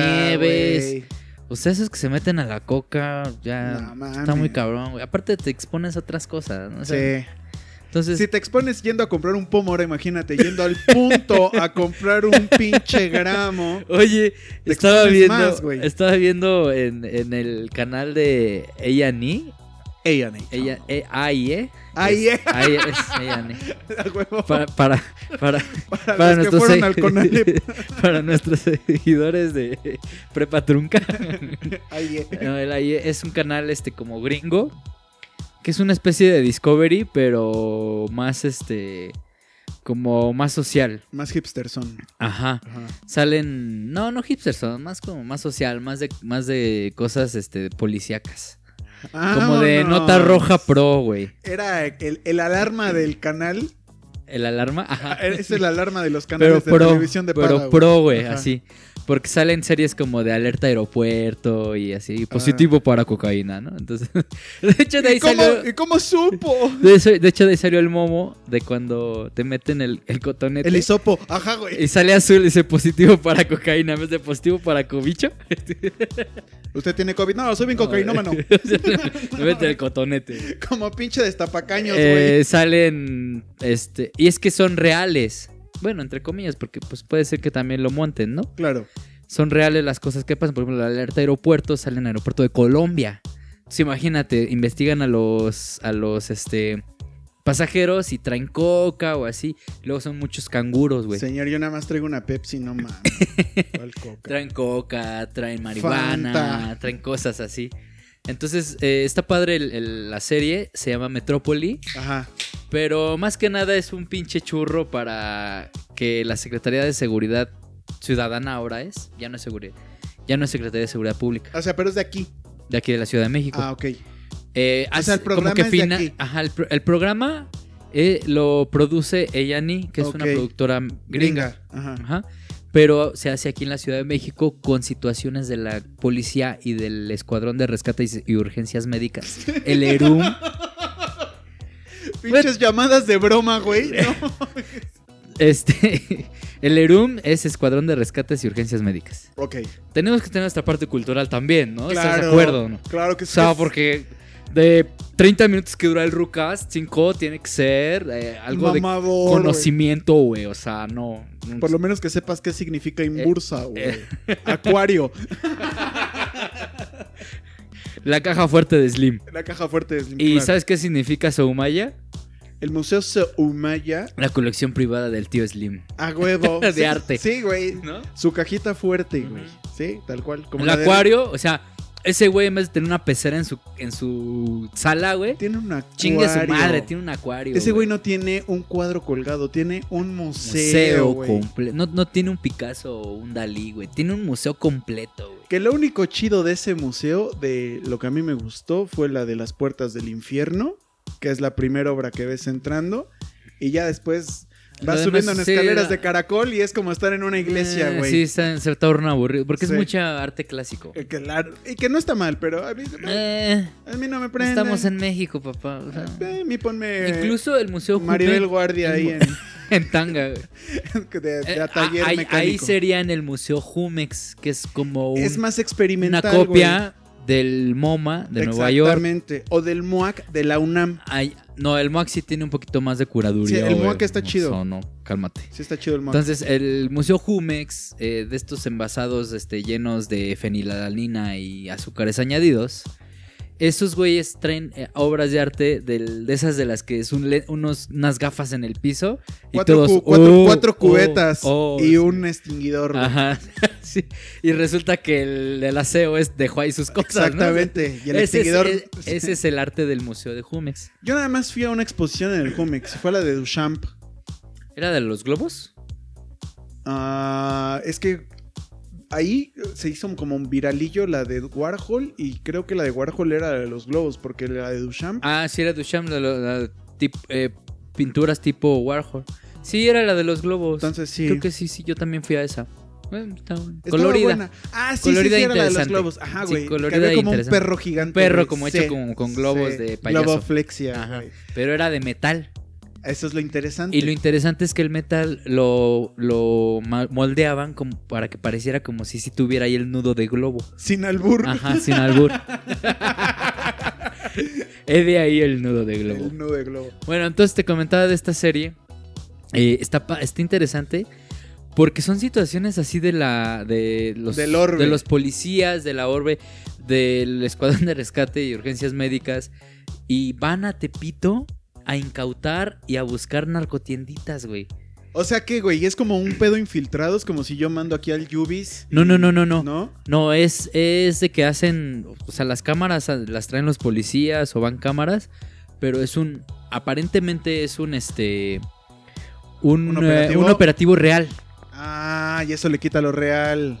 Blancanieves. güey. O sea, esos que se meten a la coca, ya No mames. está muy cabrón, güey. Aparte te expones a otras cosas, ¿no? O sea, Sí. Entonces, Si te expones yendo a comprar un pomo, ahora imagínate, yendo al punto a comprar un pinche gramo. oye, te estaba expones viendo, más, güey. estaba viendo en, en el canal de A&E, Ella, ella, eh, AIE, Ahí, es- AIE, E, es A&E. a huevo. para, para, para, Para, para los que nuestros fueron eh se- al Conalep. para nuestros seguidores de Prepa Trunca. Ahí, eh. No, el AI es un canal este como gringo. Que es una especie de Discovery, pero más este. como más social. Más hipster son. Ajá. Ajá. Salen. No, no hipsters, son más como más social, más de, más de cosas este policíacas. Como de Ah, Vámonos. nota roja pro, güey. Era el, el alarma del canal. Ah, ¿El alarma? Ajá. Es la alarma de los Pero canales de pro, televisión de paga, pero güey. pro, güey, Ajá. así. Porque salen series como de alerta aeropuerto y así, positivo para cocaína, ¿no? Entonces, de hecho de ahí Ah. ¿Y cómo, salió... y cómo supo? De, eso- de hecho, de ahí salió el momo de cuando te meten el, el cotonete. El hisopo. Ajá, güey. y sale azul y dice positivo para cocaína en vez de positivo para cobicho. ¿Usted tiene COVID? No, soy bien cocainómano. eh. En vez del cotonete. Como pinche destapacaños, güey. Eh, salen. Este. Y es que son reales. Bueno, entre comillas, porque pues puede ser que también lo monten, ¿no? Claro. Son reales las cosas que pasan. Por ejemplo, la alerta de aeropuerto sale en el aeropuerto de Colombia. Entonces imagínate, investigan a los. a los este. pasajeros y traen coca o así. Luego son muchos canguros, güey. Señor, yo nada más traigo una Pepsi, no mames. ¿Cuál coca? Traen coca, traen marihuana, Fanta. traen cosas así. Entonces, eh, está padre el- el- la serie, se llama Metrópoli, Ajá. pero más que nada es un pinche churro para que la Secretaría de Seguridad Ciudadana ahora es, ya no es seguridad, ya no es Secretaría de Seguridad Pública, O sea, pero es de aquí. de aquí de la Ciudad de México. Ah, ok. Eh, O sea, el hace- programa es de aquí. Ajá, el, pro- el programa eh, lo produce Eyani, que es una Ok. productora gringa. Ajá. Ajá. Pero se hace aquí en la Ciudad de México con situaciones de la policía y del Escuadrón de Rescate y- y Urgencias Médicas. El ERUM. Pinches llamadas de broma, güey. No. Este, el ERUM es Escuadrón de Rescates y Urgencias Médicas. Ok. Tenemos que tener nuestra parte cultural también, ¿no? ¿Estás de Claro. acuerdo o no? Claro que O sea, porque de 30 minutos que dura el Rucast, 5 tiene que ser eh, algo de Mamador, güey. conocimiento, güey. O sea, no. no- Por lo menos que sepas qué significa Eh, imbursa, güey. Acuario. La caja fuerte de Slim. La caja fuerte de Slim ¿Y Clark. sabes qué significa Soumaya? El Museo Soumaya La colección privada del tío Slim. a huevo. De Sí, arte. Sí, güey. ¿No? Su cajita fuerte, güey. Ujú. Sí, tal cual. el la de- acuario, o sea, ese güey en vez de tener una pecera en su, en su sala, güey, Tiene un acuario. chingue su madre, tiene un acuario. Ese güey no tiene un cuadro colgado, tiene un museo, museo güey. completo. No, no tiene un Picasso o un Dalí, güey. Tiene un museo completo, güey. Que lo único chido de ese museo, de lo que a mí me gustó, fue la de las puertas del infierno, que es la primera obra que ves entrando, y ya después Lo vas demás, subiendo en sí, escaleras era- de caracol y es como estar en una iglesia, Eh, güey. Sí, está en cierta horno aburrido. Porque Sí. es mucha arte clásico. Eh, que la- Y que no está mal, pero a mí, Eh, a mí no me prende. estamos en México, papá. o sea, Eh, a mí ponme incluso el museo Maribel Jupe Guardia ahí en, en tanga, güey. de, de Eh, a taller ahí- mecánico. ahí sería en el museo Jumex, que es como un es más una experimental, copia del MoMA de güey. Nueva York. Exactamente. O del MOAC de la UNAM. Ay, no, el MOAC sí tiene un poquito más de curaduría. Sí, el güey. MOAC está No, chido. No, no, cálmate. Sí está chido el MOAC. Entonces, el Museo Jumex, eh, de estos envasados este, llenos de fenilalanina y azúcares añadidos, esos güeyes traen eh, obras de arte del- de esas de las que es un le- unos, unas gafas en el piso. Y cuatro, todos, cu- cuatro- oh, cuatro oh, cubetas oh, y sí. un extinguidor. güey. Ajá, sí. Y resulta que el, el aseo es dejó ahí sus cosas. ¿no? Exactamente. Y el ese, es, extinguidor. pues, e- ese es el arte del Museo de Jumex. Yo nada más fui a una exposición en el Jumex. Fue la de Duchamp. ¿Era de los globos? Ah, es que ahí se hizo como un viralillo la de Warhol. Y creo que la de Warhol era la de los globos. Porque la de Duchamp. Ah, sí, era Duchamp, la, la- la tip- eh, pinturas tipo Warhol. Sí, era la de los globos. entonces sí. pues, Creo que sí, sí, yo también fui a esa. Bueno, está bueno. Estaba Colorida. buena. Ah, sí, sí, Colorida sí, era la de los interesante. globos. Ajá, Sí, güey. que colorida había como un interesante. perro gigante. Un perro güey. como Sí, hecho con, con globos sí. de payaso. Globoflexia. Ajá. güey. Pero era de metal. Eso es lo interesante. Y lo interesante es que el metal lo, lo ma- moldeaban como para que pareciera como si, si tuviera ahí el nudo de globo. Sin albur. Ajá, sin albur. He de ahí el nudo de globo. El nudo de globo. Bueno, entonces te comentaba de esta serie. Eh, está, pa- está interesante porque son situaciones así de la de los Del orbe. de los policías de la orbe del escuadrón de rescate y urgencias médicas y van a Tepito a incautar y a buscar narcotienditas, güey. O sea que, güey, es como un pedo infiltrado, es como si yo mando aquí al Yubis. No, no, no, no, no. ¿No? No, es, es de que hacen, o sea, las cámaras ah, las traen los policías o van cámaras, pero es un, aparentemente es un, este, ¿Un un, eh, un operativo? operativo, real. Ah, y eso le quita lo real.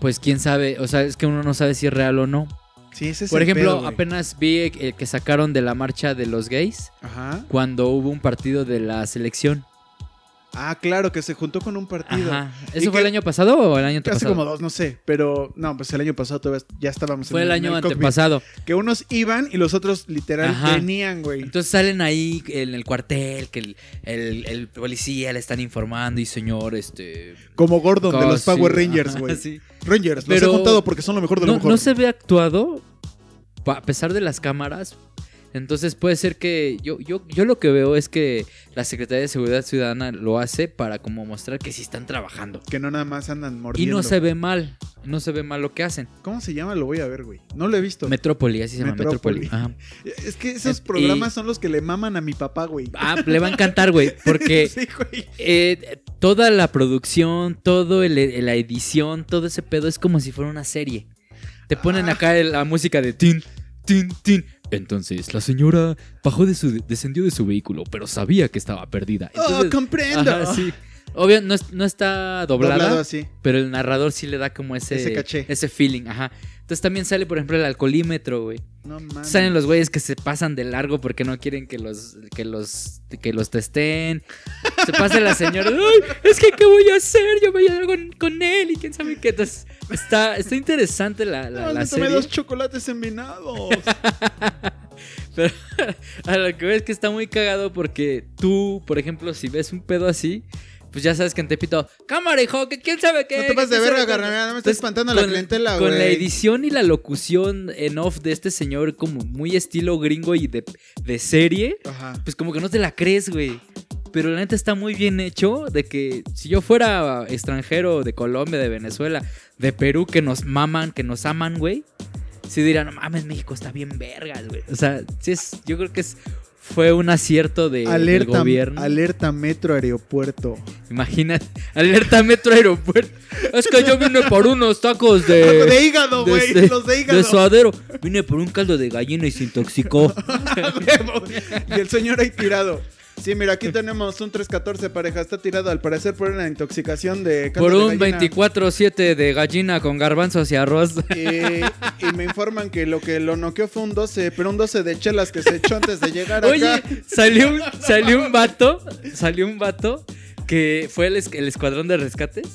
Pues quién sabe, o sea, es que uno no sabe si es real o no. Sí, ese es Por el ejemplo, pedo, güey. apenas vi el que sacaron de la marcha de los gays Ajá. cuando hubo un partido de la selección. Ah, claro, que se juntó con un partido. Ajá. Y ¿Eso que- fue el año pasado o el año Hace antepasado? como dos, no sé. Pero no, pues el año pasado todavía ya estábamos fue el año cockpit. antepasado. Que unos iban y los otros literal Ajá. venían, güey. Entonces salen ahí en el cuartel que el, el- el policía le están informando y señor, este... Como Gordon de los casi- Power Rangers, ajá, güey. sí. Rangers, los Pero- he juntado porque son lo mejor de lo No, mejor. no se ve actuado pa- a pesar de las cámaras. Entonces puede ser que yo, yo, yo lo que veo es que la Secretaría de Seguridad Ciudadana lo hace para como mostrar que sí están trabajando. Que no nada más andan Y mordiendo. no se ve mal, no se ve mal lo que hacen. ¿Cómo se llama? Lo voy a ver, güey. No lo he visto. Metrópoli, así se llama Metrópoli. Metrópoli. Ajá. Es que esos Y- programas son los que le maman a mi papá, güey. Ah, le va a encantar, güey, porque Sí, güey. eh, toda la producción, todo el- el- la edición, todo ese pedo es como si fuera una serie. Te ponen Ah. acá el- la música de tin, tin, tin. Entonces la señora bajó de su descendió de su vehículo, pero sabía que estaba perdida. oh, Entonces, comprendo. ajá, sí. Obvio no, es- no está doblada, Doblado así. pero el narrador sí le da como ese Ese caché. ese feeling, ajá. Entonces también sale, por ejemplo, el alcoholímetro, güey. No mames. Salen los güeyes que se pasan de largo porque no quieren que los que los que los testeen. Se pasa la señora, "Ay, es que qué voy a hacer, yo voy a ir con, con él y quién sabe qué. Entonces, está, está interesante la, la, No, la me tomé serie. dos chocolates envenenados. Pero a lo que ves que está muy cagado porque tú, por ejemplo, si ves un pedo así, pues ya sabes que en Tepito, cámara, hijo, que quién sabe qué. No te pases de quién verga, sabe cuándo". carnal. No me estás Entonces, espantando a la clientela, Con la güey. edición y la locución en off de este señor, como muy estilo gringo y de, de serie, Ajá. pues como que no te la crees, güey. Pero la neta está muy bien hecho de que si yo fuera extranjero de Colombia, de Venezuela, de Perú, que nos maman, que nos aman, güey, sí dirán, no mames, México está bien vergas, güey. O sea, sí es, yo creo que es, fue un acierto de, del Alerta, gobierno. alerta metro aeropuerto. Imagínate, alerta metro aeropuerto. Es que yo vine por unos tacos de de... hígado, de güey. este- Los de hígado. De suadero, vine por un caldo de gallina y se intoxicó. y el señor ahí tirado. Sí, mira, aquí tenemos un 314 pareja. Está tirado al parecer por una intoxicación de caldo Por de un gallina. 24-7 de gallina con garbanzos y arroz. Eh, y me informan que lo que lo noqueó fue un 12, pero un 12 de chelas que se echó antes de llegar Oye, acá. salió un, salió un vato, salió un vato que fue el, es- el escuadrón de rescates.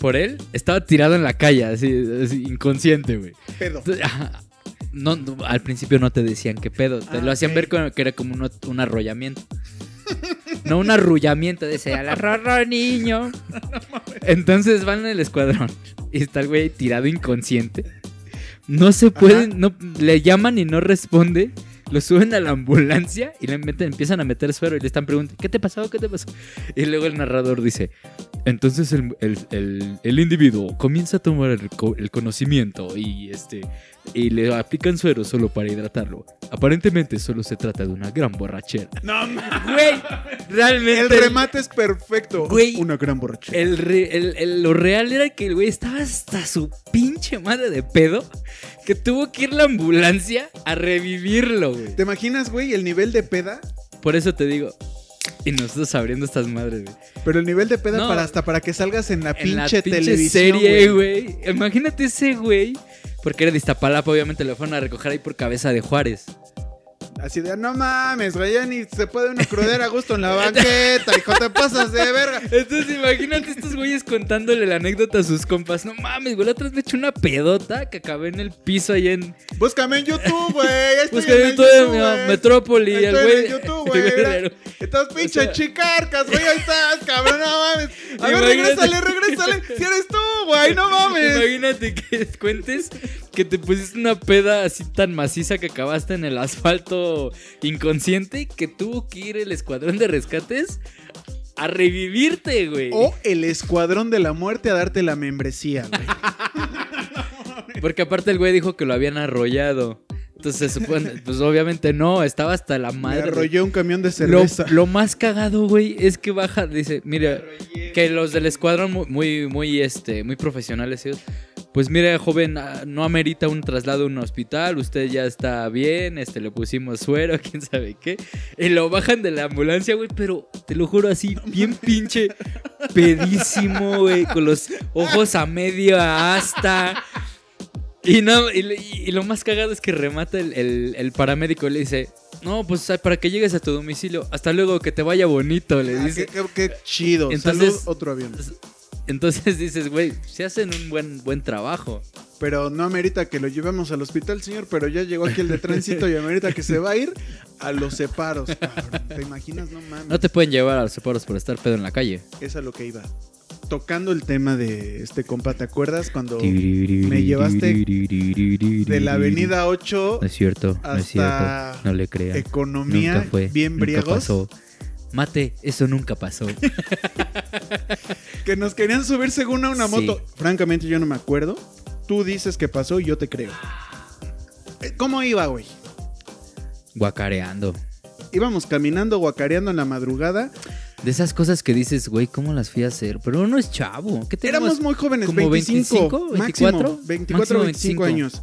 Por él, estaba tirado en la calle, así, así, inconsciente, güey. Pedo. Entonces, ajá, No, no, al principio no te decían qué pedo, te Ah, lo hacían ok. ver como que era como un, un arrollamiento. No, un arrullamiento, decía, al arrorro, niño. Entonces van en el escuadrón y está el güey tirado inconsciente. No se pueden, no, le llaman y no responde. Lo suben a la ambulancia y le meten, empiezan a meter suero y le están preguntando, ¿qué te pasó? ¿Qué te pasó? Y luego el narrador dice, entonces el, el- el- el individuo comienza a tomar el, co- el conocimiento y, este, y le aplican suero solo para hidratarlo. Aparentemente solo se trata de una gran borrachera. No, ma- Güey, realmente... el remate es perfecto. Güey. eh, Una gran borrachera. El re- el- el- lo real era que el güey estaba hasta su pinche madre de pedo que tuvo que ir la ambulancia a revivirlo, güey. ¿Te imaginas, güey, el nivel de peda? Por eso te digo, y nosotros abriendo estas madres, güey. Pero el nivel de peda No. para hasta para que salgas en la En la pinche televisión. serie, güey. güey. Imagínate ese güey, porque era de Iztapalapa, obviamente lo fueron a recoger ahí por cabeza de Juárez. Así de, no mames, güey, ya ni se puede uno cruder a gusto en la banqueta, hijo, te pasas de verga. Entonces imagínate estos güeyes contándole la anécdota a sus compas. No mames, güey, la otra vez me eché una pedota que acabé en el piso allá en... Búscame en YouTube, güey. ahí estoy Pues que en el yo estoy en YouTube, mi- güey. Metrópoli, Ahí el estoy en güey... el YouTube, el güey, güey- mira. Estás pinche O sea- chicarcas, güey. Ahí estás, cabrón, no mames. A ver, Imagínate- regrésale, regrésale. Si eres tú, güey, no mames. Imagínate que cuentes que te pusiste una peda así tan maciza que acabaste en el asfalto inconsciente y que tuvo que ir el escuadrón de rescates a revivirte, güey. O el escuadrón de la muerte a darte la membresía, güey. Porque aparte el güey dijo que lo habían arrollado. Entonces se supone, pues obviamente no, estaba hasta la Me madre. arrollé un camión de Lo, cerveza. lo más cagado, güey, es que baja, dice, mira, que los del escuadrón mu- muy, muy, este, muy profesionales ellos. Pues mira, joven, ah, no amerita un traslado a un hospital, usted ya está bien, este, le pusimos suero, quién sabe qué. Y lo bajan de la ambulancia, güey, pero te lo juro así, bien pinche pedísimo, güey, con los ojos a media asta. Y, no, y, le- y lo más cagado es que remata el, el- el paramédico. Le dice: No, pues ah, para que llegues a tu domicilio. Hasta luego, que te vaya bonito. Le Ah, dice. qué, qué- qué chido. Entonces- Salud, otro avión. Entonces dices: Güey, se hacen un buen, buen trabajo. Pero no amerita que lo llevemos al hospital, señor. Pero ya llegó aquí el de tránsito y amerita que se va a ir a los separos. cabrón. ¿Te imaginas? No mames. No te pueden llevar a los separos por estar pedo en la calle. Es a lo que iba. Tocando el tema de este compa, ¿te acuerdas cuando Oh. me llevaste de de la avenida 8 No es cierto, no es hasta cierto. No le crean. Economía Nunca fue. bien nunca briagos? pasó. Mate, eso nunca pasó. Que nos querían subir según a una Sí. moto. Francamente, yo no me acuerdo. Tú dices que pasó y yo te creo. Eh, ¿Cómo iba, güey? Guacareando. Íbamos caminando, guacareando en la madrugada. De esas cosas que dices, güey, ¿cómo las fui a hacer? Pero uno es chavo. ¿Qué tenemos? Éramos muy jóvenes, como 25, 25, máximo, 24, 24, 25 25. años.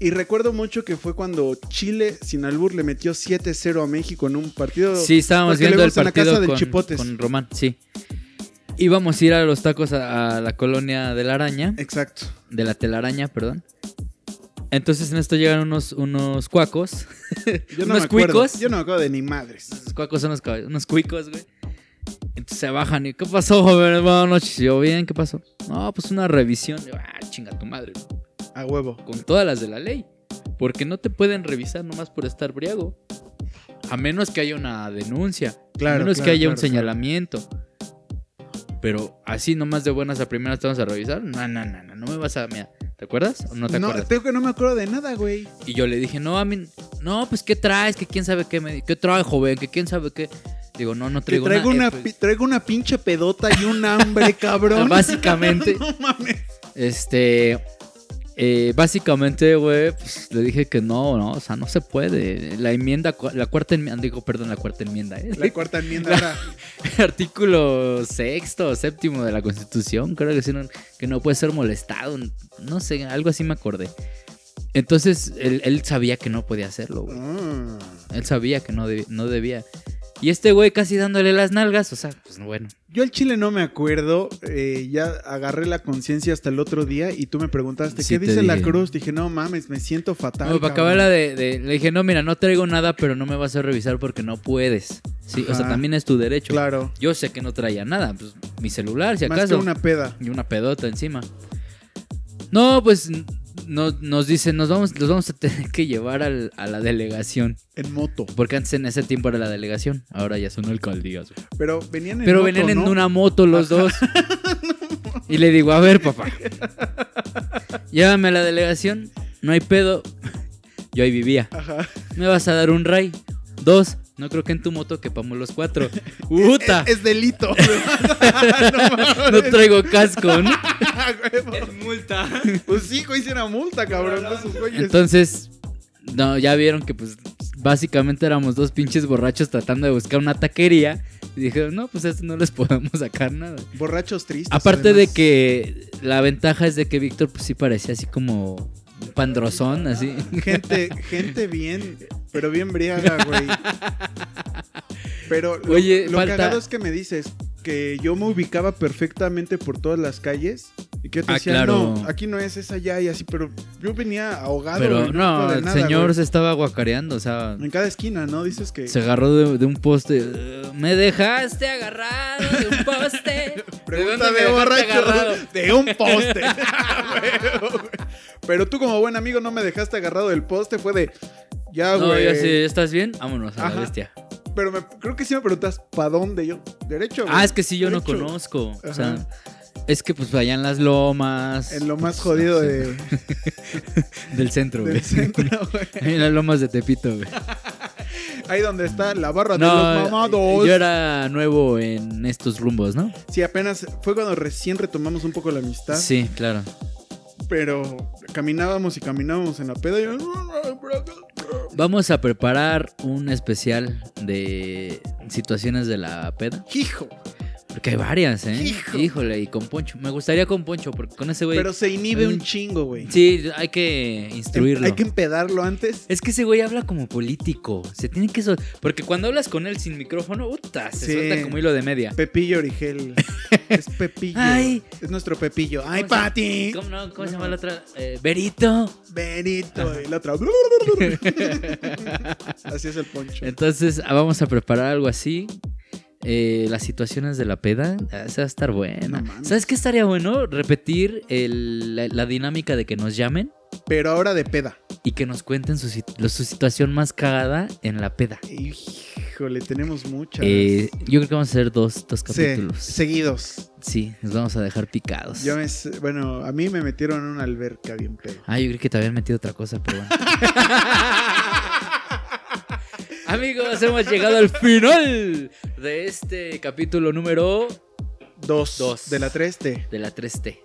Y recuerdo mucho que fue cuando Chile, sin albur, le metió 7-0 a México en un partido. Sí, estábamos porque le viendo el gusta la partido casa del con, Chipotes. con Román, sí. Íbamos a ir a los tacos a, a la colonia de la araña, Exacto. de la telaraña, perdón. Entonces en esto llegan unos, unos cuacos. Yo no ¿Unos me acuerdo. cuicos? Yo no me acuerdo de ni madres. Los cuacos son unos, cab- unos cuicos, güey. Entonces se bajan y, ¿qué pasó, joven? Buenas noches. Y Yo, bien, ¿qué pasó? No, pues una revisión. Yo, ah, chinga tu madre. A huevo. con todas las de la ley. Porque no te pueden revisar nomás por estar briago. A menos que haya una denuncia. a Claro, menos claro, que haya claro, un señalamiento. Pero así nomás de buenas a primeras te vamos a revisar. No, no, no, no, no me vas a... mira, ¿te acuerdas o no te No, acuerdas? tengo que no me acuerdo de nada, güey. Y yo le dije, no, a mí... No, pues ¿qué traes? Que quién sabe qué me... di- ¿Qué traes, joven? Que quién sabe qué... Digo, no, no Que traigo, traigo, una, nada". Eh, pi- traigo una pinche pedota y un hambre, pues, cabrón. Básicamente... No mames. Este. eh, básicamente, güey, pues, le dije que no, no, o sea, no se puede. La enmienda, cu- la cuarta enmienda, digo, perdón, la cuarta enmienda, ¿eh? La cuarta enmienda ahora. artículo sexto, séptimo de la Constitución, creo que, sí, no- que no puede ser molestado, no sé, algo así me acordé. Entonces, él, él sabía que no podía hacerlo, güey. Ah. Él sabía que no, deb- no debía. Y este güey casi dándole las nalgas, o sea, pues bueno. Yo al chile no me acuerdo, eh, ya agarré la conciencia hasta el otro día y tú me preguntaste, Sí, ¿qué te dice la dije. cruz? Dije, no mames, me siento fatal. No, cabrón. para acabarla de, de- Le dije, no, mira, no traigo nada, pero no me vas a revisar porque no puedes. Sí, o sea, Ajá. también es tu derecho. Claro, Yo sé que no traía nada. Pues, mi celular, si más que acaso. una peda. Y una pedota encima. No, pues n- no- nos dicen, nos vamos, los vamos a tener que llevar al- a la delegación. En moto. Porque antes en ese tiempo era la delegación. Ahora ya son alcaldías. güey. Pero venían en Pero moto, venían en ¿no? una moto los dos. Y le digo, a ver, papá. Llévame a la delegación. No hay pedo. Yo ahí vivía. Ajá. Me vas a dar un ray. Dos. No creo que en tu moto quepamos los cuatro. ¡Puta! Es delito. no mames. No traigo casco, ¿no? Ah, huevo. multa. pues sí, güey, hicieron una multa, cabrón. de esos güeyes. Entonces, no, ya vieron que pues básicamente éramos dos pinches borrachos tratando de buscar una taquería. Y dijeron, no, pues a esto no les podemos sacar nada. Borrachos tristes. Aparte de además. que la ventaja es de que Víctor pues sí parecía así como un pandrozón, así. Gente, gente bien, pero bien briaga, güey. Pero lo, Oye, lo falta- cagado es que me dices que yo me ubicaba perfectamente por todas las calles y que yo te Ah, decía, claro. no, aquí no es esa allá y así, pero yo venía ahogado. Pero güey, me no, acuerdo de el nada, señor güey. se estaba guacareando, o sea, En cada esquina, ¿no? Dices que Se agarró de, de un poste. "Eh, Me dejaste agarrado de un poste. pregunta dónde me de dejaste borracho agarrado?" de un poste. Ah, pero tú como buen amigo no me dejaste agarrado del poste, fue de, ya, No, Ah, güey. ya sé, ¿estás bien? Vámonos a Ajá. Ah, la bestia. Pero me- creo que sí me preguntas, ¿para dónde? Yo, derecho, güey. Ah, es que sí, yo no derecho. conozco. O sea, Ajá. es que pues allá en las lomas. En lo más pues, jodido no sé, de, del centro, güey. del centro, güey. en las lomas de Tepito, güey. Ahí donde está la barra de los No, mamados. yo era nuevo en estos rumbos, ¿no? Sí, apenas fue cuando recién retomamos un poco la amistad. Sí, claro. Pero caminábamos y caminábamos en la peda. y yo- Vamos a preparar un especial de situaciones de la peda. Hijo. Porque hay varias, ¿eh? Hijo. Híjole, y con Poncho. Me gustaría con Poncho, porque con ese güey. Pero se inhibe Mm. un chingo, güey. Sí, hay que instruirlo. Hay que empedarlo antes. Es que ese güey habla como político. Se tiene que. sol- Porque cuando hablas con él sin micrófono, puta, se Sí. suelta como hilo de media. Pepillo Origel. es Pepillo. Ay. Es nuestro Pepillo. Ay, se- Pati. ¿Cómo, no? ¿Cómo se llama la otra? Eh, Berito. Benito. Y la otra. Así es el poncho. Entonces, ah, vamos a preparar algo así. Eh, las situaciones de la peda, ah, esa va a estar buena. No mames. ¿Sabes qué estaría bueno? Repetir el- la, la dinámica de que nos llamen Pero ahora de peda. y que nos cuenten su, sit- lo- su situación más cagada en la peda. Híjole, tenemos muchas. Eh, yo creo que vamos a hacer dos, dos sí, capítulos. Sí. seguidos. nos vamos a dejar picados. Yo me, bueno, a mí me metieron en una alberca bien pedo. Ah, yo creo que te habían metido otra cosa, pero bueno. Amigos, hemos llegado al final de este capítulo número Dos. Dos. De la 3T. de la 3T.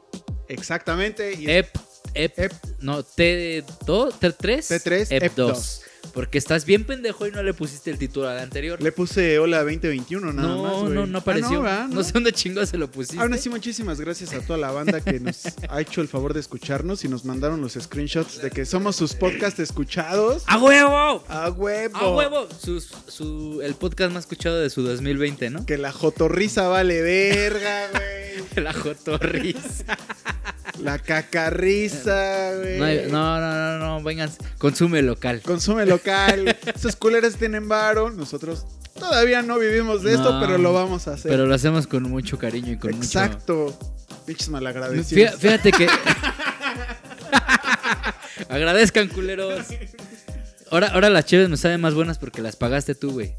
Exactamente. Y Ep, ep, Ep. no, T2, T3, T3, ep, Ep 2. 2. Porque estás bien pendejo y no le pusiste el título al anterior. Le puse hola 2021 nada no, más. güey. no, no Ah, apareció. ¿verdad? no, No. sé dónde chingo se lo pusiste. Aún así, muchísimas gracias a toda la banda que nos ha hecho el favor de escucharnos y nos mandaron los screenshots de que somos sus podcasts escuchados. ¡A huevo! ¡A huevo! ¡A huevo! Sus- su- el podcast más escuchado de su 2020, ¿no? Que la jotorrisa vale verga, güey. La Jotorris. La cacarrisa, güey. No, hay- no, no, no, no, vengan. Consume local. Consume local. Esos culeros tienen varo. Nosotros todavía no vivimos de esto, No, pero lo vamos a hacer. Pero lo hacemos con mucho cariño y con mucho. Exacto. Pinches Fía- malagradecidos. Fíjate que. Agradezcan, culeros. Ahora, ahora las chéves nos saben más buenas porque las pagaste tú, güey.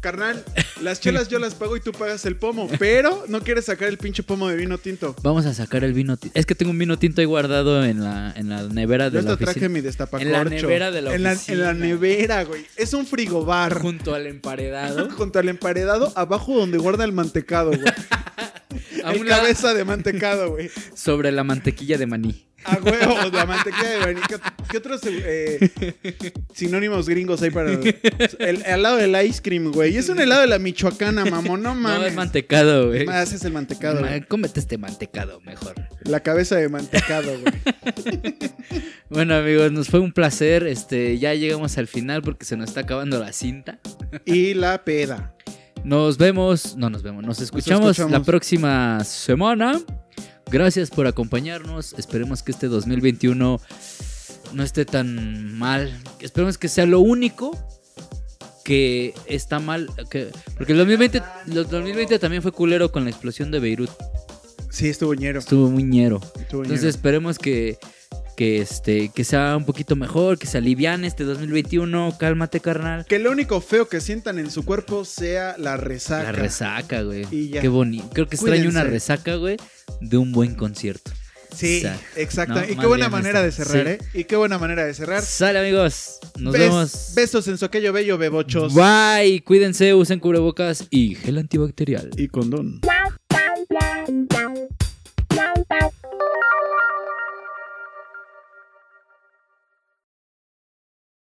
Carnal, las chelas yo las pago y tú pagas el pomo, pero no quieres sacar el pinche pomo de vino tinto. Vamos a sacar el vino tinto. Es que tengo un vino tinto ahí guardado en la, en la nevera de Yo la hasta traje oficina. mi destapacorcho. En la nevera de la en la, oficina. en la nevera, güey. Es un frigobar. Junto al emparedado. Junto al emparedado, abajo donde guarda el mantecado, güey. a el un lado, cabeza de mantecado, güey. sobre la mantequilla de maní. A huevo, la mantequilla de maní. ¿Qué, qué otros eh, sinónimos gringos hay para...? El, al lado del ice cream, güey. Es un helado de la michoacana, mamón. No mames. No, es mantecado, güey. Ah, ese es el mantecado. Ma- güey. Cómete este mantecado mejor. La cabeza de mantecado, güey. Bueno, amigos, nos fue un placer. Este, ya llegamos al final porque se nos está acabando la cinta. Y la peda. Nos vemos, no nos vemos, nos escuchamos, escuchamos. la próxima semana. Gracias por acompañarnos. Esperemos que este 2021 no esté tan mal. Esperemos que sea lo único que está mal. que- porque el 2020, el 2020 también fue culero con la explosión de Beirut. Sí, estuvo ñero. Estuvo muy ñero. Estuvo ñero. Entonces esperemos que, que, este, que sea un poquito mejor, que se aliviane este 2021. Cálmate, carnal. Que lo único feo que sientan en su cuerpo sea la resaca. La resaca, güey. Y ya. Qué bonito. Creo que extraño Cuídense. una resaca, güey, de un buen concierto. Sí, Sa- exacto. No, y qué madre buena mía, manera de está- cerrar, sí. ¿eh? Y qué buena manera de cerrar. Sale, amigos. Nos Bes- vemos. Besos en su aquello bello bebochos. Bye. Cuídense, usen cubrebocas y gel antibacterial. Y condón. blah, blah, blah.